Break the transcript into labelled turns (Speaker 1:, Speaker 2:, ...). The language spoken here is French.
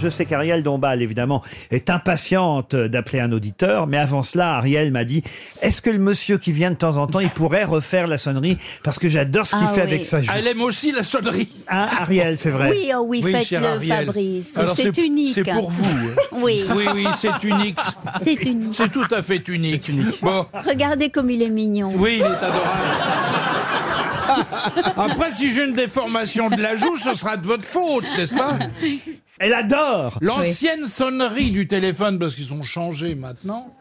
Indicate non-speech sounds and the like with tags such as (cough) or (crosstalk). Speaker 1: Je sais qu'Ariel Dombal, évidemment, est impatiente d'appeler un auditeur, mais avant cela, Ariel m'a dit Est-ce que le monsieur qui vient de temps en temps, il pourrait refaire la sonnerie Parce que j'adore ce qu'il
Speaker 2: Ah
Speaker 1: fait
Speaker 2: oui.
Speaker 1: avec sa joue.
Speaker 3: Elle aime aussi la sonnerie.
Speaker 1: Hein, Ariel, c'est vrai.
Speaker 2: Oui, oh oui,
Speaker 3: Ben, Oui, cher
Speaker 2: faites-le,
Speaker 3: Ariel.
Speaker 2: Fabrice.
Speaker 3: Alors,
Speaker 2: C'est
Speaker 3: c'est-
Speaker 2: unique.
Speaker 3: c'est pour vous, hein.
Speaker 2: (laughs) Oui.
Speaker 3: Oui, oui, c'est unique.
Speaker 2: C'est unique.
Speaker 3: C'est tout à fait unique. Bon,
Speaker 2: Regardez comme il est mignon.
Speaker 3: oui, il est adorable. Après, si j'ai une déformation de la joue, ce sera de votre faute, n'est-ce pas
Speaker 1: Elle adore
Speaker 3: L'ancienne sonnerie du téléphone, parce qu'ils ont changé maintenant.